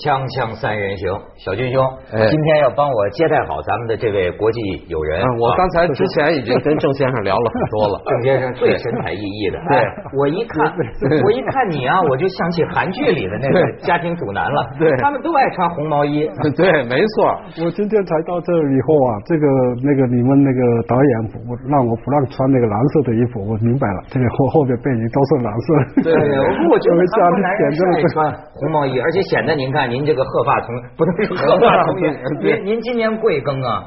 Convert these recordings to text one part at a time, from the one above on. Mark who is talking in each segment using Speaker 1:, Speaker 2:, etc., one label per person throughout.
Speaker 1: 锵锵三人行，小军兄，
Speaker 2: 哎
Speaker 1: 今天要帮我接待好咱们的这位国际友人。
Speaker 2: 嗯，我刚才之前已经跟郑先生聊了很多了。
Speaker 1: 啊郑先生最 神采奕奕的，哎
Speaker 2: 对
Speaker 1: 我一看，我一看你啊，我就想起韩剧里的那个家庭主男了，
Speaker 2: 对
Speaker 1: 他们都爱穿红毛衣，
Speaker 2: 对，没错，
Speaker 3: 我今天才到这以后啊，这个那个你们那个导演不我让我不让穿那个蓝色的衣服，我明白了，这个后后面背景都是蓝色。
Speaker 1: 对对， 我我觉得
Speaker 3: 这
Speaker 1: 韩国
Speaker 3: 样
Speaker 1: 男人
Speaker 3: 显
Speaker 1: 是
Speaker 3: 得
Speaker 1: 爱
Speaker 3: 不
Speaker 1: 穿红毛衣，而且显得您看您这个鹤发童，不能说鹤发童颜，
Speaker 2: 对
Speaker 1: 您您今年贵庚啊？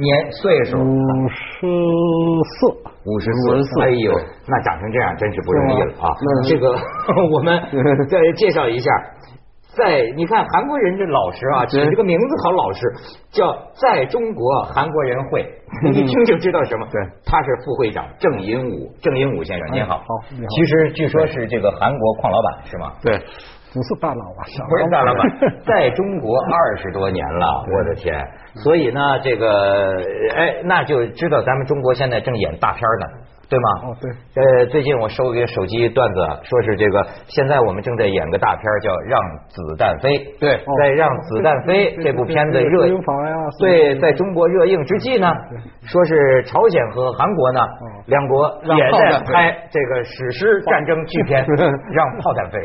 Speaker 1: 年岁数
Speaker 3: 五十四。嗯
Speaker 1: 五十
Speaker 2: 54
Speaker 1: 哎呦，那长成这样真是不容易了啊！这 个我们再介绍一下，在你看韩国人这老实
Speaker 3: 嗯
Speaker 1: 啊，起
Speaker 2: 对
Speaker 1: 这个名字好老实，叫在中国韩国人 会，一听就知道什么。
Speaker 2: 对，
Speaker 1: 他是副会长郑银武，郑银武先生您好。
Speaker 3: 嗯好你好
Speaker 1: 其实据说是这个韩国矿老板是吗？
Speaker 2: 对，
Speaker 3: 不是大佬啊，小
Speaker 1: 不是大 老 板，在中国二十多年了，
Speaker 3: 嗯
Speaker 1: 我的天！所以呢，这个哎，那就知道咱们中国现在正演大片呢，对吗？
Speaker 3: 哦对。
Speaker 1: 呃，最近我收个手机段子，说是这个现在我们正在演个大片叫《让子弹飞》。
Speaker 2: 对
Speaker 1: 在《让子弹飞》这部片子
Speaker 3: 对对
Speaker 1: 热
Speaker 3: 周润发呀
Speaker 1: 对，在中国热映之际呢，说是朝鲜和韩国呢两国
Speaker 2: 让
Speaker 1: 也
Speaker 2: 炮
Speaker 1: 在
Speaker 2: 弹飞
Speaker 1: 拍这个史诗战争巨片《让炮弹飞》。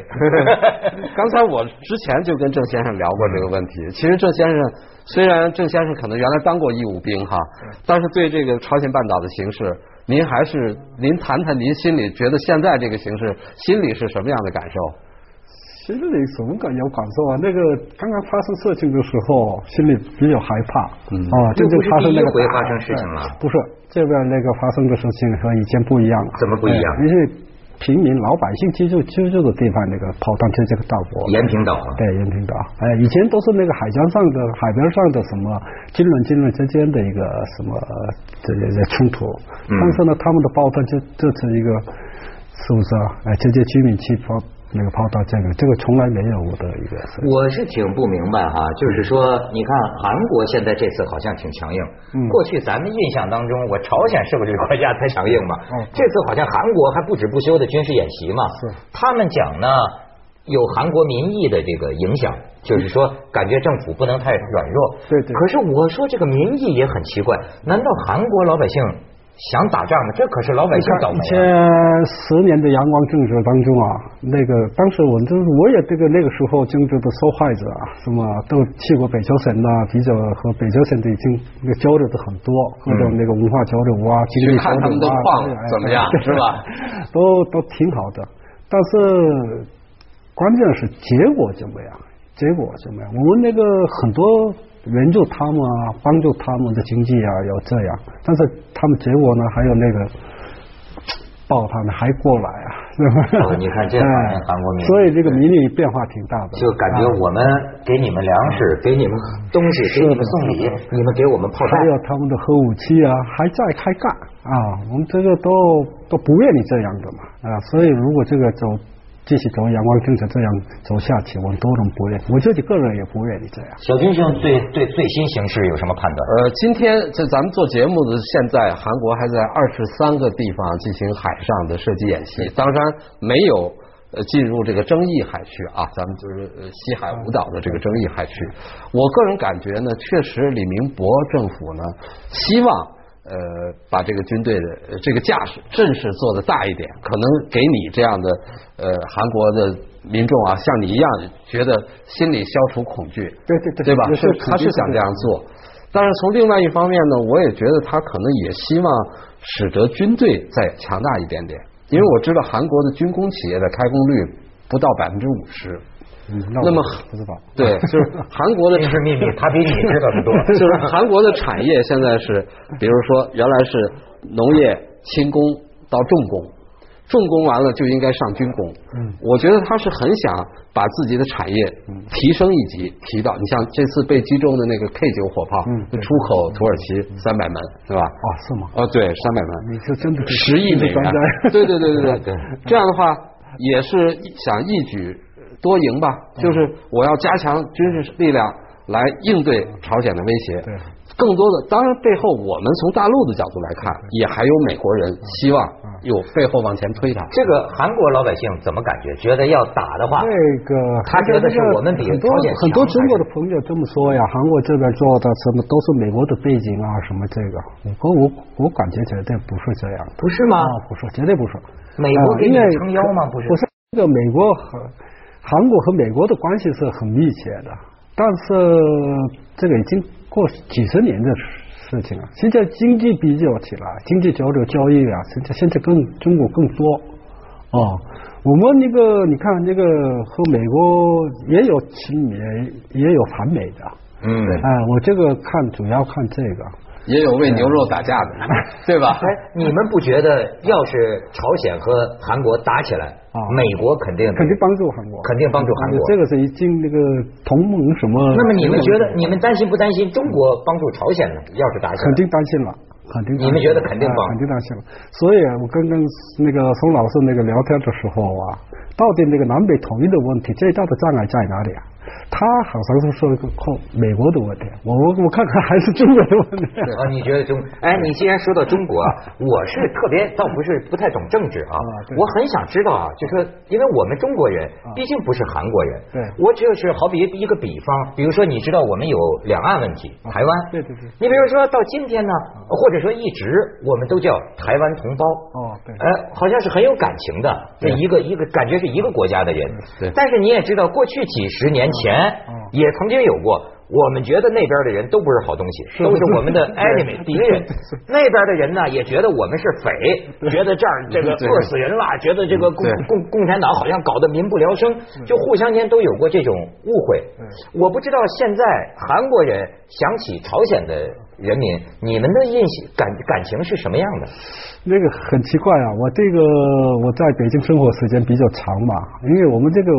Speaker 2: 刚才我之前就跟郑先生聊过这个问题。其实郑先生虽然郑先生可能原来当过义务兵哈，
Speaker 1: 嗯
Speaker 2: 但是对这个朝鲜半岛的形势，您还是您谈谈您心里觉得现在这个形势心里是什么样的感受？
Speaker 3: 心里什么感有感受啊？那个刚刚发生事情的时候，心里比较害怕。
Speaker 2: 嗯
Speaker 3: 啊，这就发生
Speaker 1: 这不是第一
Speaker 3: 那个哎
Speaker 1: 回发生事情了
Speaker 3: 不是这边那个发生的事情和以前不一样了。
Speaker 1: 怎么不一样
Speaker 3: 哎因为平民老百姓居住居住的地方，那个炮弹就这个大国。
Speaker 1: 延平岛啊，
Speaker 3: 对，延平岛，哎，以前都是那个海江上的、海边上的什么金轮金轮之间的一个什么呃这这这冲突，但是呢，他们的炮弹就这是一个，是不是啊？哎，直接居民去炮那个炮弹这个，这个从来没有过的一个事。
Speaker 1: 我是挺不明白哈、就是说，你看韩国现在这次好像挺强硬。
Speaker 3: 嗯
Speaker 1: 过去咱们印象当中，我朝鲜是不是这个国家才强硬嘛？
Speaker 3: 嗯
Speaker 1: 这次好像韩国还不止不休的军事演习嘛。
Speaker 3: 是
Speaker 1: 他们讲呢，有韩国民意的这个影响，就是说感觉政府不能太软弱。
Speaker 3: 对对
Speaker 1: 可是我说这个民意也很奇怪，难道韩国老百姓想打仗吗？这可是老百
Speaker 3: 你
Speaker 1: 姓
Speaker 3: 看
Speaker 1: 倒霉
Speaker 3: 以
Speaker 1: 啊。
Speaker 3: 前十年的阳光政治当中啊，那个当时我就是我也这个那个时候政治的受害者啊，什么都去过北朝鲜呐、比较和北朝鲜的已经那个交流的很多，各种那个文化交流啊，经
Speaker 2: 嗯去
Speaker 3: 济交
Speaker 2: 看
Speaker 3: 流啊，
Speaker 2: 他们的矿
Speaker 3: 哎
Speaker 2: 怎么 样
Speaker 3: 对
Speaker 2: 是吧？
Speaker 3: 都都挺好的，但是关键是结果怎么样？结果怎么样？我们那个很多援助他们啊，帮助他们的经济啊，要这样，但是他们结果呢，还有那个抱他们还过来啊，是吧？
Speaker 1: 哦你看这反映韩国民意
Speaker 3: 哎所以这个民意变化挺大的，
Speaker 1: 就感觉我们给你们粮
Speaker 3: 啊
Speaker 1: 食，给你们东西，给你们送礼，你们给我们炮弹
Speaker 3: 还。有他们的核武器啊，还在开干啊，我们这个都都不愿意这样的嘛啊，所以如果这个走继续走阳光政策这样走下去，我们都能不愿意，我自己个人也不愿意这样。
Speaker 1: 小军兄对对最新形势有什么判断？
Speaker 2: 呃，今天这咱们做节目的现在，韩国还在二十三个地方进行海上的射击演习，当然没有呃进入这个争议海区啊，咱们就是呃西海五岛的这个争议海区。我个人感觉呢，确实李明博政府呢希望。呃，把这个军队的呃这个架势阵势做得大一点，可能给你这样的呃韩国的民众啊，像你一样觉得心里消除恐惧，
Speaker 3: 对对对
Speaker 2: 对吧？
Speaker 3: 有
Speaker 2: 是
Speaker 3: 些恐
Speaker 2: 他是
Speaker 3: 惧
Speaker 2: 想
Speaker 3: 对
Speaker 2: 这样做，但是从另外一方面呢，我也觉得他可能也希望使得军队再强大一点点，因为我知道韩国的军工企业的开工率不到百分之五十，
Speaker 3: 嗯，
Speaker 2: 那么
Speaker 3: 我不知道。啊
Speaker 2: 对，就是韩国的
Speaker 1: 这是秘 密，他比你知道的 多。
Speaker 2: 就是韩国的产业现在是，比如说原来是农业、轻工到重工，重工完了就应该上军工。嗯，我觉得他是很想把自己的产业提升一级，提到你像这次被击中的那个 K 九火炮，
Speaker 3: 嗯对
Speaker 2: 出口土耳其三百门，对吧？
Speaker 3: 啊，是吗？
Speaker 2: 哦，对，三百门。
Speaker 3: 你是真的是
Speaker 2: 十亿美
Speaker 1: 啊
Speaker 3: 专
Speaker 2: 元
Speaker 3: 家。，
Speaker 2: 对对对对
Speaker 1: 对
Speaker 2: 对，这样的话也是想一举多赢吧，就是我要加强军事力量来应对朝鲜的威胁
Speaker 3: 对。
Speaker 2: 更多的，当然背后我们从大陆的角度来看，也还有美国人希望有背后往前推他。
Speaker 1: 这个韩国老百姓怎么感觉？觉得要打的话，
Speaker 3: 这个
Speaker 1: 他觉得是我们比
Speaker 3: 很多
Speaker 1: 朝鲜强
Speaker 3: 很多中国的
Speaker 1: 还是
Speaker 3: 朋友这么说呀，韩国这边做的什么都是美国的背景啊，什么这个，美国我我感觉绝对不是这样的
Speaker 1: 不是吗？
Speaker 3: 啊，不是，绝对不是。
Speaker 1: 美国
Speaker 3: 啊
Speaker 1: 给你
Speaker 3: 因为
Speaker 1: 撑腰吗？不是
Speaker 3: 不，是，这个美国和韩国和美国的关系是很密切的，但是这个已经过几十年的事情了。现在经济比较起来，经济交流交易啊，现在现在更中国更多。哦，我们那个你看那个和美国也有亲美，也有反美的。
Speaker 1: 嗯。
Speaker 3: 哎，我这个看主要看这个。
Speaker 2: 也有为牛肉打架的， 对吧？
Speaker 1: 哎，你们不觉得要是朝鲜和韩国打起来，
Speaker 3: 啊
Speaker 1: 美国肯定
Speaker 3: 肯定帮助韩国，
Speaker 1: 嗯
Speaker 3: 嗯
Speaker 1: 肯定帮助韩国
Speaker 3: 这个是已经那个同盟什么？
Speaker 1: 那么你们觉得，你们担心不担心中国帮助朝鲜呢？要是打起来，
Speaker 3: 肯定担心了，肯定担心了。
Speaker 1: 你们觉得肯定吧
Speaker 3: 啊肯定担心了。所以啊我刚刚那个宋老师那个聊天的时候啊，到底那个南北统一的问题最大的障碍在哪里啊？他好像是说一个靠美国的问题，我我我看看还是中国的问题。
Speaker 1: 啊，你觉得中？哎，你既然说到中国，啊，我是特别倒不是不太懂政治啊
Speaker 3: 啊，对啊
Speaker 1: 我很想知道啊，就说因为我们中国人毕竟不是韩国人，
Speaker 3: 对
Speaker 1: 我只有是好比一个比方，比如说你知道我们有两岸问题，台湾，
Speaker 3: 啊对对对，
Speaker 1: 你比如说到今天呢，或者说一直我们都叫台湾同胞，
Speaker 3: 哦对
Speaker 1: 哎，好像是很有感情的，这一个一个感觉是一个国家的人
Speaker 2: 对，
Speaker 1: 但是你也知道，过去几十年前
Speaker 3: 嗯
Speaker 1: 也曾经有过。我们觉得那边的人都不是好东西，
Speaker 3: 是
Speaker 1: 都是我们的 enemy 敌人。那边的人呢，也觉得我们是匪，觉得这儿这个
Speaker 2: 对
Speaker 1: 饿死人了，觉得这个共
Speaker 2: 对
Speaker 1: 共共产党好像搞得民不聊生，就互相间都有过这种误会。我不知道现在韩国人想起朝鲜的人民，你们的印象感感情是什么样的？
Speaker 3: 那个很奇怪啊，我这个我在北京生活时间比较长嘛，因为我们这个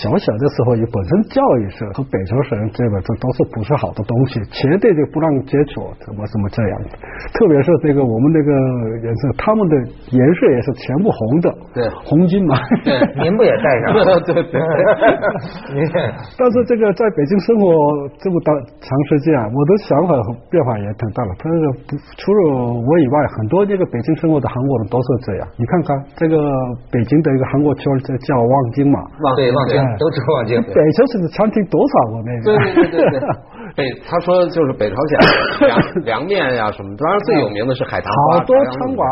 Speaker 3: 小小的时候，也本身教育是和北朝鲜这边这都是不是好的东西，绝对就不让接触，怎么怎么这样的。特别是这个我们那个颜色，他们的颜色也是全部红的，
Speaker 2: 对
Speaker 3: 红军嘛。
Speaker 2: 对
Speaker 1: 您不也带上 了？
Speaker 2: 对对对。
Speaker 1: 您这
Speaker 3: 但是这个在北京生活这么大长时间啊，我的想法和变化也挺大了。但是不除了我以外，很多这个北京生活的韩国人都是这样。你看看这个北京的一个韩国圈儿，这叫望京嘛，
Speaker 2: 望
Speaker 1: 对望京
Speaker 3: 对
Speaker 1: 都住望京。
Speaker 3: 北朝鲜的餐厅多少个那
Speaker 2: 对
Speaker 3: 个？
Speaker 2: 对对 对对，北他说就是北朝鲜凉凉面呀、什么，当然最有名的是海棠花。
Speaker 3: 好多
Speaker 2: 朝阳
Speaker 3: 餐
Speaker 2: 面
Speaker 3: 馆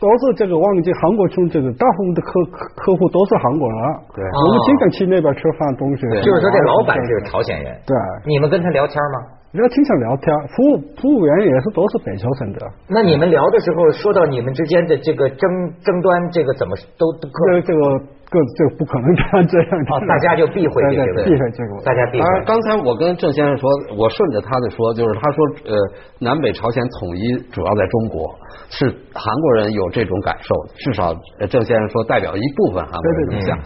Speaker 3: 都是这个望京韩国村，这个大部分的客客客户都是韩国人。啊
Speaker 2: 对
Speaker 3: 我们经常去那边吃饭东西。
Speaker 2: 对
Speaker 1: 就是说，这老板是朝鲜人，
Speaker 3: 对，
Speaker 1: 你们跟他聊天吗？
Speaker 3: 你要经常聊天，服务服务员也是都是北朝鲜的。
Speaker 1: 那你们聊的时候，说到你们之间的这个争争端，这个怎么都都
Speaker 3: 这
Speaker 1: 可
Speaker 3: 个这个个这个不可能这样这样的
Speaker 1: 哦， 大家就避讳这些
Speaker 3: 对对
Speaker 1: 问题，啊
Speaker 3: 避讳这个问题
Speaker 1: 大家避
Speaker 2: 当然，
Speaker 1: 讳。
Speaker 2: 刚才我跟郑先生说，我顺着他的说，就是他说，呃，南北朝鲜统一主要在中国，是韩国人有这种感受，至少呃郑先生说代表一部分韩国人
Speaker 3: 对对
Speaker 2: 这样。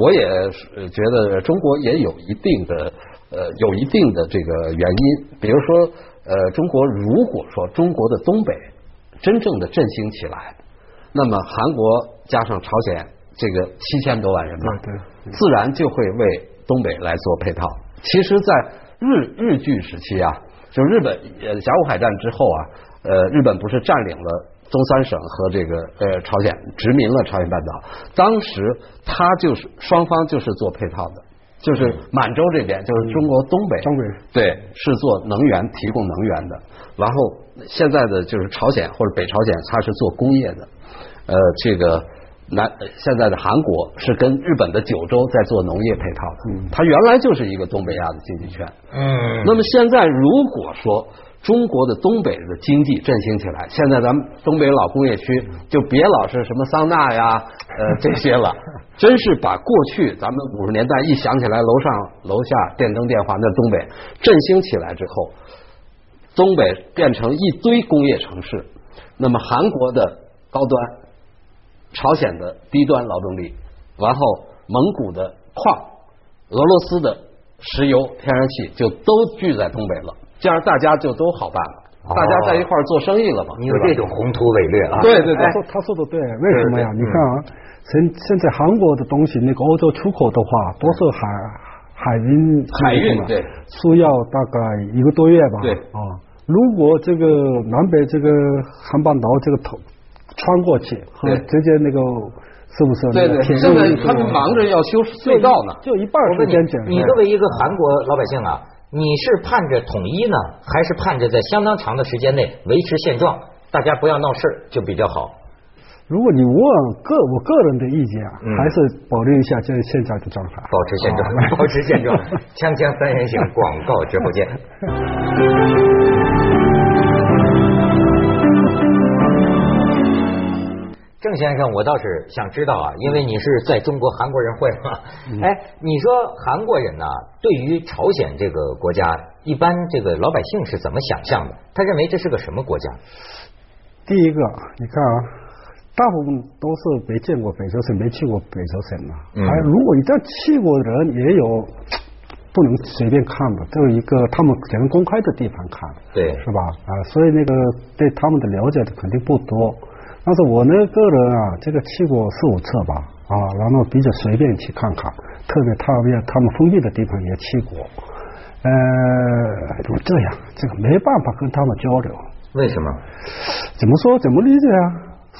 Speaker 2: 我也呃觉得中国也有一定的呃有一定的这个原因，比如说呃，中国如果说中国的东北真正的振兴起来，那么韩国加上朝鲜这个七千多万人嘛，
Speaker 3: 对对
Speaker 2: 自然就会为东北来做配套。其实，在日日据时期啊，就日本呃甲午海战之后啊，呃，日本不是占领了东三省和这个呃朝鲜，殖民了朝鲜半岛。当时他就是双方就是做配套的，就是满洲这边就是中国东北，
Speaker 3: 东北
Speaker 2: 对是做能源提供能源的，然后现在的就是朝鲜或者北朝鲜，它是做工业的，呃，这个南呃现在的韩国是跟日本的九州在做农业配套的，它原来就是一个东北亚的经济圈。
Speaker 1: 嗯，
Speaker 2: 那么现在如果说中国的东北的经济振兴起来，现在咱们东北老工业区就别老是什么桑拿呀，呃这些了，真是把过去咱们五十年代一想起来楼上楼下电灯电话那东北振兴起来之后，东北变成一堆工业城市，那么韩国的高端，朝鲜的低端劳动力，然后蒙古的矿，俄罗斯的石油、天然气就都聚在东北了，这样大家就都好办了，
Speaker 1: 哦
Speaker 2: 大家在一块儿做生意了嘛，
Speaker 1: 你有
Speaker 2: 对吧
Speaker 1: 这种宏图伟略啊？
Speaker 2: 对对对
Speaker 3: 他说他说的对，为什么呀？
Speaker 2: 对对
Speaker 3: 你看啊，现现在韩国的东西，那个欧洲出口的话，都是海海运进去嘛
Speaker 2: 海运对，
Speaker 3: 需要大概一个多月吧，
Speaker 2: 对
Speaker 3: 啊。如果这个南北这个韩半岛这个头穿过去，和
Speaker 2: 对
Speaker 3: 直接那个是不是那
Speaker 1: 哎
Speaker 2: 对
Speaker 3: 个
Speaker 2: 对，
Speaker 3: 铁路
Speaker 2: 现在
Speaker 3: 是吧
Speaker 2: 他们忙着要修隧道呢。
Speaker 3: 就一半
Speaker 1: 我
Speaker 3: 时
Speaker 1: 问
Speaker 3: 间解决。
Speaker 1: 你，你作为一个韩国老百姓啊，你是盼着统一呢，还是盼着在相当长的时间内维持现状，大家不要闹事儿就比较好？
Speaker 3: 如果你问个我个人的意见啊，
Speaker 1: 嗯
Speaker 3: 还是保留一下这现在的状态。
Speaker 1: 保持现 状，保持现状。锵锵三人行广告直播间。郑先生，我倒是想知道啊，因为你是在中国韩国人会嘛？哎，你说韩国人呢、对于朝鲜这个国家，一般这个老百姓是怎么想象的？他认为这是个什么国家？
Speaker 3: 第一个，你看啊，大部分都是没见过北朝鲜，没去过北朝鲜的。
Speaker 1: 嗯
Speaker 3: 还有如果一旦去过的人，也有不能随便看的，这有一个他们只能公开的地方看。
Speaker 1: 对，
Speaker 3: 是吧？啊，所以那个对他们的了解的肯定不多。但是我呢个人啊，这个去过四五次吧，啊，然后比较随便去看看，特别他们他们封闭的地方也去过。呃，就这样，这个没办法跟他们交流，
Speaker 1: 为什么？
Speaker 3: 怎么说？怎么理解啊？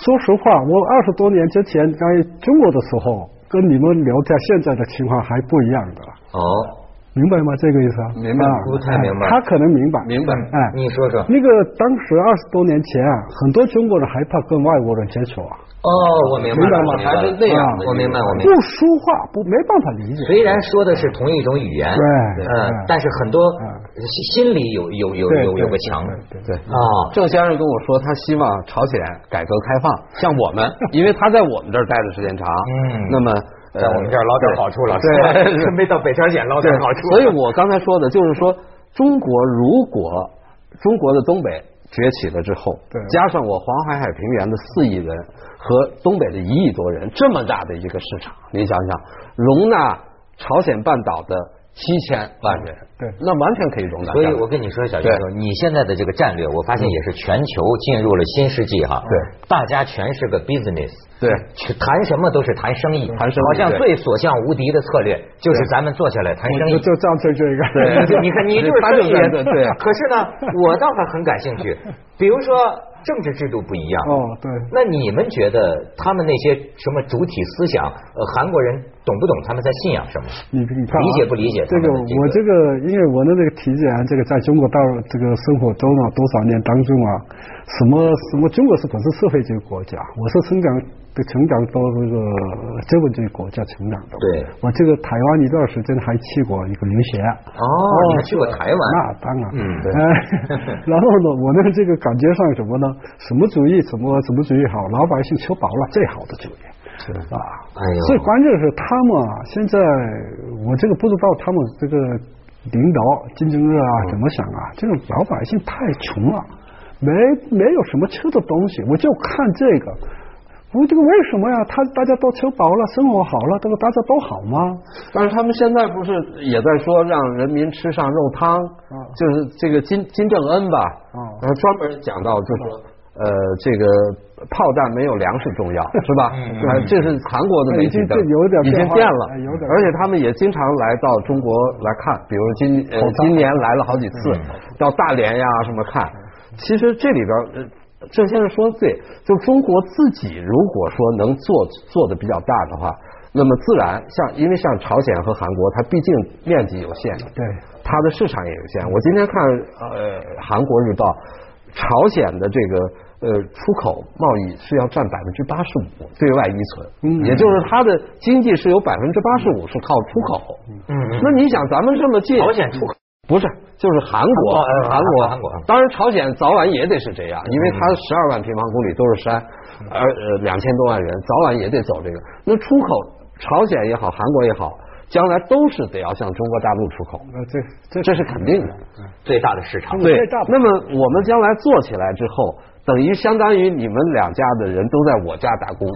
Speaker 3: 说实话，我二十多年之前在中国的时候，跟你们聊天现在的情况还不一样的，
Speaker 1: 哦，
Speaker 3: 明白吗？这个意思啊？
Speaker 2: 明白
Speaker 3: 啊
Speaker 1: 不太明白
Speaker 3: 他可能明白，
Speaker 1: 嗯
Speaker 2: 明白
Speaker 3: 哎，
Speaker 1: 你说说。
Speaker 3: 那个当时二十多年前啊，很多中国人害怕跟外国人接触啊，
Speaker 1: 哦，我明白
Speaker 3: 明白
Speaker 1: 了，
Speaker 3: 吗
Speaker 1: 我明白了嗯
Speaker 2: 还是那样的
Speaker 1: 我明白，我明白
Speaker 3: 不。说话不没办法理解。
Speaker 1: 虽然说的是同一种语言，
Speaker 3: 对
Speaker 1: 呃
Speaker 3: 嗯，
Speaker 1: 但是很多
Speaker 3: 嗯
Speaker 1: 心里有有有
Speaker 3: 对
Speaker 1: 有有个墙
Speaker 3: 对
Speaker 2: 对
Speaker 3: 对
Speaker 1: 啊。
Speaker 2: 郑先生跟我说，他希望朝鲜改革开放，像 我们，因为他在我们这儿待的时间长，
Speaker 1: 嗯
Speaker 2: 那么呃
Speaker 1: 在我们这儿捞点好处了，
Speaker 2: 对，
Speaker 1: 是吧 没到北朝鲜捞点好处。
Speaker 2: 所以我刚才说的就是说，中国如果中国的东北崛起了之后
Speaker 3: 对，
Speaker 2: 加上我黄海海平原的四亿人和东北的一亿多人，这么大的一个市场，你想想，容纳朝鲜半岛的七千万人，
Speaker 3: 对
Speaker 2: 那完全可以容纳下
Speaker 1: 所
Speaker 2: 来。
Speaker 1: 以我跟你说，小学生，你现在的这个战略，我发现也是全球进入了新世纪哈。
Speaker 2: 对，
Speaker 1: 大家全是个 business。
Speaker 2: 对
Speaker 1: 去谈什么都是谈生意，
Speaker 2: 谈生意
Speaker 1: 好像
Speaker 2: 对
Speaker 1: 最所向无敌的策略就是咱们坐下来谈生
Speaker 3: 就
Speaker 1: 意。
Speaker 3: 就这样这这个。
Speaker 2: 对
Speaker 1: 就你看，你就是
Speaker 2: 他就
Speaker 1: 生
Speaker 2: 是
Speaker 1: 意人
Speaker 2: 对对
Speaker 1: 可是呢，我倒是很感兴趣，比如说政治制度不一样。
Speaker 3: 哦，对，
Speaker 1: 那你们觉得他们那些什么主体思想，呃，韩国人懂不懂他们在信仰什么？
Speaker 3: 你你看、啊，
Speaker 1: 理解不理解
Speaker 3: 这个？
Speaker 1: 他们的这个
Speaker 3: 我这个，因为我的这个体检，啊这个在中国大陆这个生活多少多少年当中啊，什么什么，中国是本身社会主义国家，我是成长的成长到这个资本主义国家成长的。
Speaker 1: 对
Speaker 3: 我这个台湾一段时间还去过一个留学。啊
Speaker 1: 哦，你还去过台湾？
Speaker 3: 那当然，
Speaker 1: 嗯对
Speaker 3: 哎然后呢，我呢这个感觉上什么呢？什么主义，什么什么主义好？老百姓求饱了，最好的主义。是啊，
Speaker 2: 嗯
Speaker 1: 哎呦
Speaker 3: 所以关键是他们啊，现在我这个不知道他们这个领导金正日啊怎么想啊？
Speaker 2: 嗯
Speaker 3: 这个老百姓太穷了，没没有什么吃的东西，我就看这个。我这个为什么呀？他大家都吃饱了，生活好了，这个大家都好吗？
Speaker 2: 但是他们现在不是也在说让人民吃上肉汤，
Speaker 3: 啊
Speaker 2: 就是这个金金正恩吧，
Speaker 3: 哦
Speaker 2: 他专门讲到就是说，呃，这个炮弹没有粮食重要，是吧？
Speaker 1: 嗯
Speaker 2: 呃这是韩国的媒体
Speaker 3: 已经
Speaker 2: 的，
Speaker 3: 这有点
Speaker 2: 已经
Speaker 3: 变化
Speaker 2: 变
Speaker 3: 了
Speaker 2: 了
Speaker 3: 哎，有点
Speaker 2: 而且他们也经常来到中国来看，比如今呃今年来了好几次，到大连呀什么看。其实这里边儿。呃郑先生说的对，就中国自己如果说能做做的比较大的话，那么自然像因为像朝鲜和韩国，它毕竟面积有限，
Speaker 3: 对，
Speaker 2: 它的市场也有限。我今天看呃韩国日报，朝鲜的这个呃出口贸易是要占百分之八十五对外依存，
Speaker 3: 嗯
Speaker 2: 也就是它的经济是有百分之八十五是靠出口。
Speaker 1: 嗯嗯
Speaker 2: 那你想咱们这么近，
Speaker 1: 朝鲜出口
Speaker 2: 不是就是韩国
Speaker 1: 哦呃
Speaker 2: 韩国
Speaker 1: 韩国韩国嗯
Speaker 2: 当然朝鲜早晚也得是这样，因为它十二万平方公里都是山，而呃两千多万人早晚也得走这个。那出口朝鲜也好，韩国也好，将来都是得要向中国大陆出口。
Speaker 3: 呃，这这
Speaker 2: 这是肯定的。
Speaker 1: 最大的市场。
Speaker 3: 对最大的
Speaker 2: 那么我们将来做起来之后，等于相当于你们两家的人都在我家打工，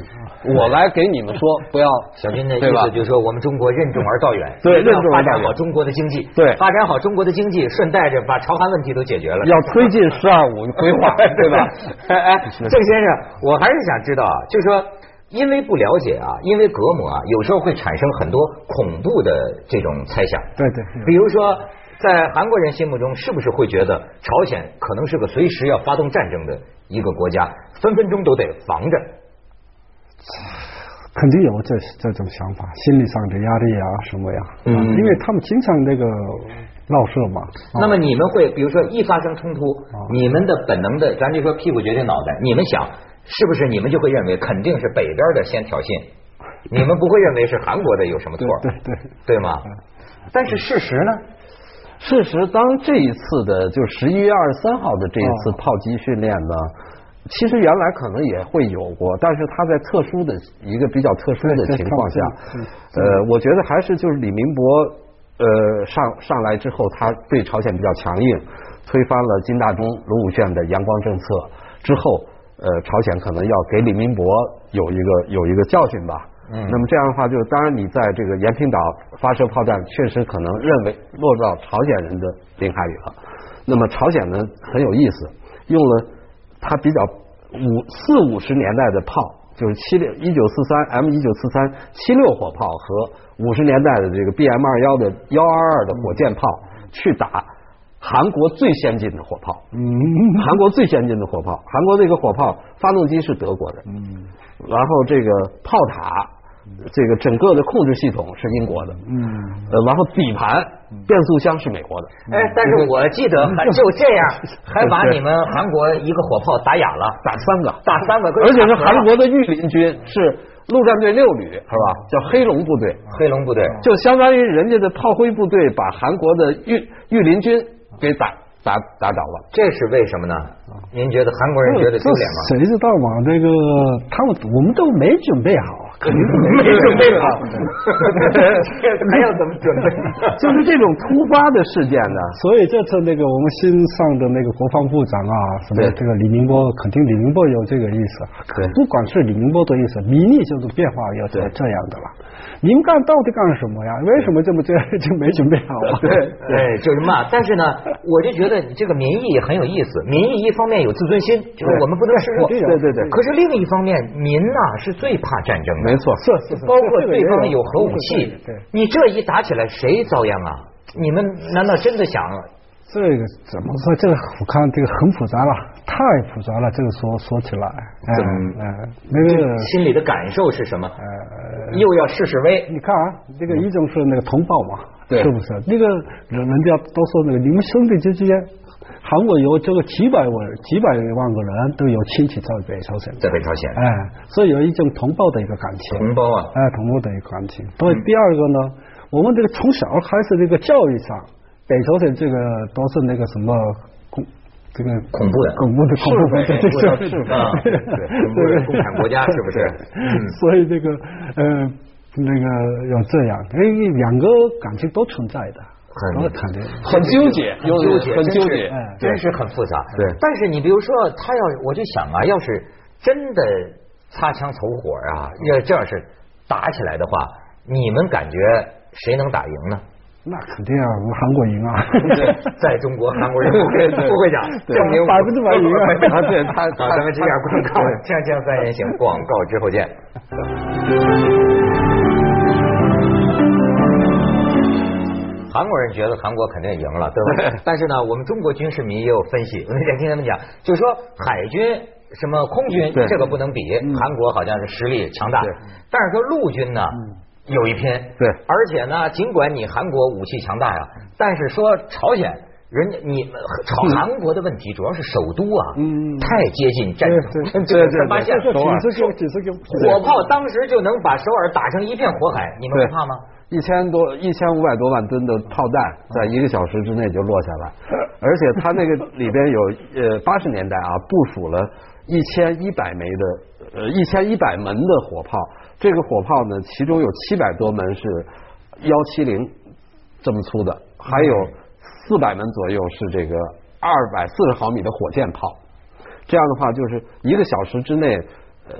Speaker 2: 我来给你们说不要
Speaker 1: 小军的意
Speaker 2: 对吧
Speaker 1: 思就是说，我们中国任重而道远，
Speaker 2: 对
Speaker 1: 一定要
Speaker 2: 任重
Speaker 1: 发
Speaker 2: 而道
Speaker 1: 展
Speaker 2: 远
Speaker 1: 好中国的经济，
Speaker 2: 对
Speaker 1: 发展好中国的经济，顺带着把朝韩问题都解决了。
Speaker 2: 要推进“十二五”规 划，对吧？
Speaker 1: 哎哎，郑先生，我还是想知道啊，就是说，因为不了解啊，因为隔
Speaker 2: 嗯
Speaker 1: 膜啊，有时候会产生很多恐怖的这种猜想。
Speaker 3: 对对
Speaker 1: 比如说在韩国人心目中，是不是会觉得朝鲜可能是个随时要发动战争的一个国家，分分钟都得防着？
Speaker 3: 肯定有这这种想法，心理上的压力啊什么呀，
Speaker 1: 嗯
Speaker 3: 啊因为他们经常那个闹事嘛，啊
Speaker 1: 那么你们会，比如说一发生冲突，你们的本能的，咱就说屁股决定脑袋，你们想是不是你们就会认为肯定是北边的先挑衅，你们不会认为是韩国的有什么错，
Speaker 3: 对对对
Speaker 1: 对吗？但是事实呢？
Speaker 2: 事实，当这一次的就十一月二十三号的这一次
Speaker 3: 哦
Speaker 2: 炮击训练呢，其实原来可能也会有过，但是它在特殊的一个比较特殊的
Speaker 3: 对
Speaker 2: 情况下
Speaker 3: 对，
Speaker 2: 呃，我觉得还是就是李明博呃上上来之后，他对朝鲜比较强硬，推翻了金大中、卢武铉的阳光政策之后，呃，朝鲜可能要给李明博有一个有一个教训吧。嗯，那么这样的话，就当然你在这个延平岛发射炮弹，确实可能认为落到朝鲜人的领海里了。那么朝鲜呢很有意思，用了它比较五四五十年代的炮，就是七六一九四三 M 一九四三七六火炮和五十年代的这个 BM 二幺的幺二二的火箭炮去打韩国最先进的火炮。
Speaker 3: 嗯，
Speaker 2: 韩国最先进的火炮，韩国那个火炮发动机是德国的，嗯，然后这个炮塔，这个整个的控制系统是英国的，嗯，呃，然后底盘变速箱是美国的，
Speaker 1: 哎，但是我记得还就这样， 还把你们韩国一个火炮打哑了，
Speaker 2: 打三个，
Speaker 1: 打三个，
Speaker 2: 而且是韩国的御林军，是陆战队六旅是吧？叫黑龙部队，
Speaker 1: 黑龙部队。
Speaker 2: 就相当于人家的炮灰部队把韩国的御御林军给打打打倒了。
Speaker 1: 这是为什么呢？您觉得韩
Speaker 3: 嗯
Speaker 1: 国人觉得丢脸吗？
Speaker 3: 这谁知道嘛？那个他们我们都没准备好，啊肯定是
Speaker 1: 没 准备好，还
Speaker 3: 还
Speaker 1: 要
Speaker 3: 要
Speaker 1: 怎么准备？
Speaker 2: 就是这种突发的事件呢，
Speaker 3: 所以这次那个我们新上的那个国防部长啊，什么
Speaker 2: 对
Speaker 3: 这个李明波，肯定李明波有这个意思
Speaker 2: 对。
Speaker 3: 不管是李明波的意思，民意就是变化要这
Speaker 2: 对
Speaker 3: 这样的了。你们干到底干什么呀？为什么这么这就没准备好 啊？
Speaker 2: 对
Speaker 1: 哎，就是骂。但是呢，我就觉得你这个民意很有意思。民意一方面有自尊心，就是我们不能示弱。
Speaker 3: 对
Speaker 2: 对对对
Speaker 1: 可是另一方面，民呐、是最怕战争的，
Speaker 2: 没错，
Speaker 3: 是是是，
Speaker 1: 包括对方有
Speaker 3: 有
Speaker 1: 核武器
Speaker 3: 对，
Speaker 1: 你这一打起来，谁遭殃啊？你们难道真的想？
Speaker 3: 这个怎么说？这个我看这个很复杂了，太复杂了。这个说说起来，哎
Speaker 1: 怎么
Speaker 3: 哎，那个
Speaker 1: 心里的感受是什么？
Speaker 3: 呃，
Speaker 1: 又要试试威，
Speaker 3: 你看啊，这个一种是那个同胞嘛，
Speaker 2: 对
Speaker 3: 是不是？那个人人家都说那个你们兄弟之间，韩国有这个几百万几百万个人都有亲戚在北朝鲜，
Speaker 1: 在北朝鲜，
Speaker 3: 哎，所以有一种同胞的一个感情。
Speaker 1: 同胞啊，
Speaker 3: 哎，同胞的一个感情。所以第二个呢，我们这个从小开始这个教育上，北朝鲜这个都是那个什么恐这个
Speaker 1: 恐怖的
Speaker 3: 恐怖的恐怖分子，
Speaker 1: 是非
Speaker 3: 对
Speaker 1: 是非 啊
Speaker 3: 对
Speaker 1: 对恐怖的共产国家是不是嗯
Speaker 3: 所以这个呃那个要这样，哎，两个感情都存在的，
Speaker 1: 很
Speaker 3: 都肯定。
Speaker 2: 很纠结，
Speaker 1: 很纠结，
Speaker 2: 很
Speaker 1: 真
Speaker 2: 纠
Speaker 1: 是
Speaker 2: 结。
Speaker 3: 哎
Speaker 1: 真是很复杂。
Speaker 2: 对
Speaker 1: 但是你比如说，他要我就想啊，要是真的擦枪走火啊，要这要是打起来的话，你们感觉谁能打赢呢？
Speaker 3: 那肯定啊，我们韩国赢啊！
Speaker 1: 在中国，韩国人不会
Speaker 2: 对对
Speaker 1: 不会讲，
Speaker 2: 对
Speaker 1: 证明我
Speaker 3: 百分之百 赢啊
Speaker 2: 啊对他
Speaker 1: 好咱们这样广告，
Speaker 2: 对
Speaker 1: 锵锵三人行， 广告之后见。韩国人觉得韩国肯定赢了， 对吧？但是呢，我们中国军事迷也有分析，我那天听他们讲，就说海军什么空军
Speaker 2: 对嗯
Speaker 1: 这个不能比，韩国好像是实力强大
Speaker 2: 对，
Speaker 1: 但是说陆军呢
Speaker 3: 嗯
Speaker 1: 有一拼，
Speaker 2: 对
Speaker 1: 而且呢，尽管你韩国武器强大呀，但是说朝鲜人家你朝韩国的问题主要是首都啊，
Speaker 3: 嗯
Speaker 1: 太接近战争，
Speaker 3: 对 对
Speaker 1: 这个
Speaker 2: 对对
Speaker 1: 发现
Speaker 3: 这
Speaker 2: 首尔
Speaker 3: 几十个几十个
Speaker 1: 火炮当时就能把首尔打成一片火海，你们
Speaker 2: 对
Speaker 1: 不怕吗？哦
Speaker 2: 一千多、一千五百多万吨的炮弹，在一个小时之内就落下来，而且它那个里边有呃 八十年代啊部署了一千一百枚的呃一千一百门的火炮，这个火炮呢，其中有七百多门是幺七零这么粗的，还有
Speaker 1: 嗯
Speaker 2: 四百门左右是这个二百四十毫米的火箭炮。这样的话，就是一个小时之内，呃，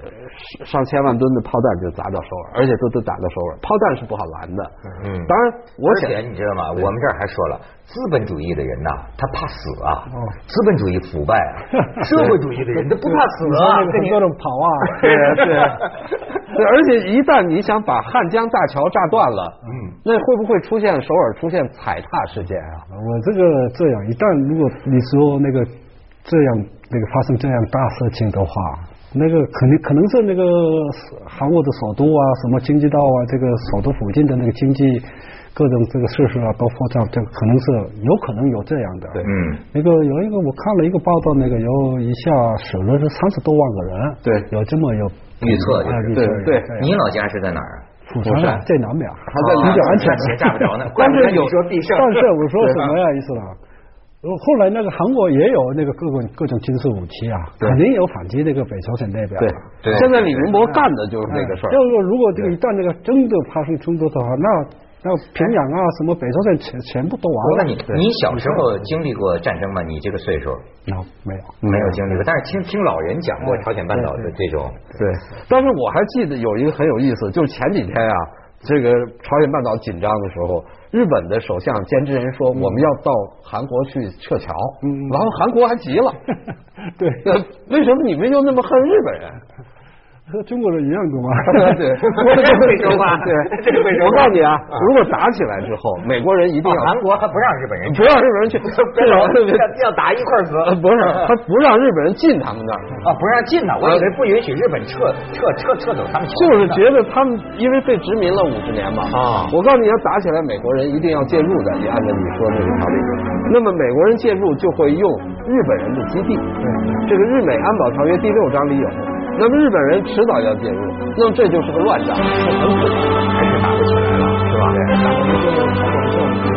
Speaker 2: 上上千万吨的炮弹就砸到首尔，而且都都打到首尔。炮弹是不好拦的，
Speaker 1: 嗯
Speaker 2: 当然，我
Speaker 1: 而
Speaker 2: 想
Speaker 1: 且你知道吗？我们这儿还说了，资本主义的人呐、他怕死啊
Speaker 3: 哦，
Speaker 1: 资本主义腐 败啊，社会主义的人他不怕死啊，
Speaker 3: 很多人跑啊，
Speaker 2: 对对，而且一旦你想把汉江大桥炸断了，嗯，那会不会出现首尔出现踩踏事件啊？
Speaker 3: 我这个这样，一旦如果你说那个这样那个发生这样大事情的话，那个肯定可能是那个韩国的首都啊，什么京畿道啊，这个首都附近的那个经济各种这个设施啊，包括这样这个可能是有可能有这样的。
Speaker 2: 对
Speaker 1: 嗯，
Speaker 3: 那个有一个我看了一个报道，那个有一下死了是三十多万个人，
Speaker 2: 对
Speaker 3: 有这么有
Speaker 1: 预测就是
Speaker 3: 啊预测
Speaker 2: 对
Speaker 3: 有
Speaker 2: 对
Speaker 3: 这样
Speaker 1: 你老家是在哪儿啊？
Speaker 3: 釜山啊在南边，
Speaker 2: 他在
Speaker 3: 比较安全
Speaker 1: 那
Speaker 3: 的。
Speaker 1: 鞋炸不着呢怪不得
Speaker 3: 但是
Speaker 1: 你说必胜。
Speaker 3: 但是我说什么呀？意思了？呃后来那个韩国也有那个各种各种金属武器啊，
Speaker 2: 对
Speaker 3: 肯定有反击那个北朝鲜那边。
Speaker 2: 对
Speaker 1: 对
Speaker 2: 现在李明博干的就是这个事儿
Speaker 3: 哎。要是如果这个一旦那个真的发生冲突的话，那那平壤啊什么北朝鲜全全部都完
Speaker 1: 我
Speaker 3: 了。
Speaker 1: 问你，你小时候经历过战争吗？你这个岁数
Speaker 3: 那没有。
Speaker 2: 嗯
Speaker 1: 没有经历过，但是听听老人讲过朝鲜半岛的这种，
Speaker 2: 对，但是我还记得有一个很有意思，就是前几天啊，这个朝鲜半岛紧张的时候，日本的首相菅直人说
Speaker 1: 嗯
Speaker 2: 我们要到韩国去撤侨，
Speaker 3: 嗯
Speaker 2: 然后韩国还急 了，
Speaker 3: 对，
Speaker 2: 呃为什么你们又那么恨日本 人？
Speaker 3: 和中国人一样的嘛。
Speaker 2: 对，
Speaker 1: 会说话
Speaker 2: 对，
Speaker 1: 这会说话啊
Speaker 2: 我告诉你啊，如果打起来之后，美国人一
Speaker 1: 到
Speaker 2: 定要
Speaker 1: 韩国还不让日本人去
Speaker 2: 不，让日本人去，
Speaker 1: 别老
Speaker 2: 让
Speaker 1: 要要打一块儿死，
Speaker 2: 呃不是他不让日本人进他们那儿。
Speaker 1: 啊，不让进呢。我以为不允许日本撤撤撤撤走他们，
Speaker 2: 就是觉得他们因为被殖民了五十年嘛
Speaker 1: 啊
Speaker 2: 我告诉你要打起来，美国人一定要介入的，也按照你说这个条例。那么美国人介入就会用日本人的基地，这个日美安保条约第六章里有。那么日本人迟早要介入，那么这就是个乱战。
Speaker 1: 还是打不起来了，是吧？
Speaker 3: 我们就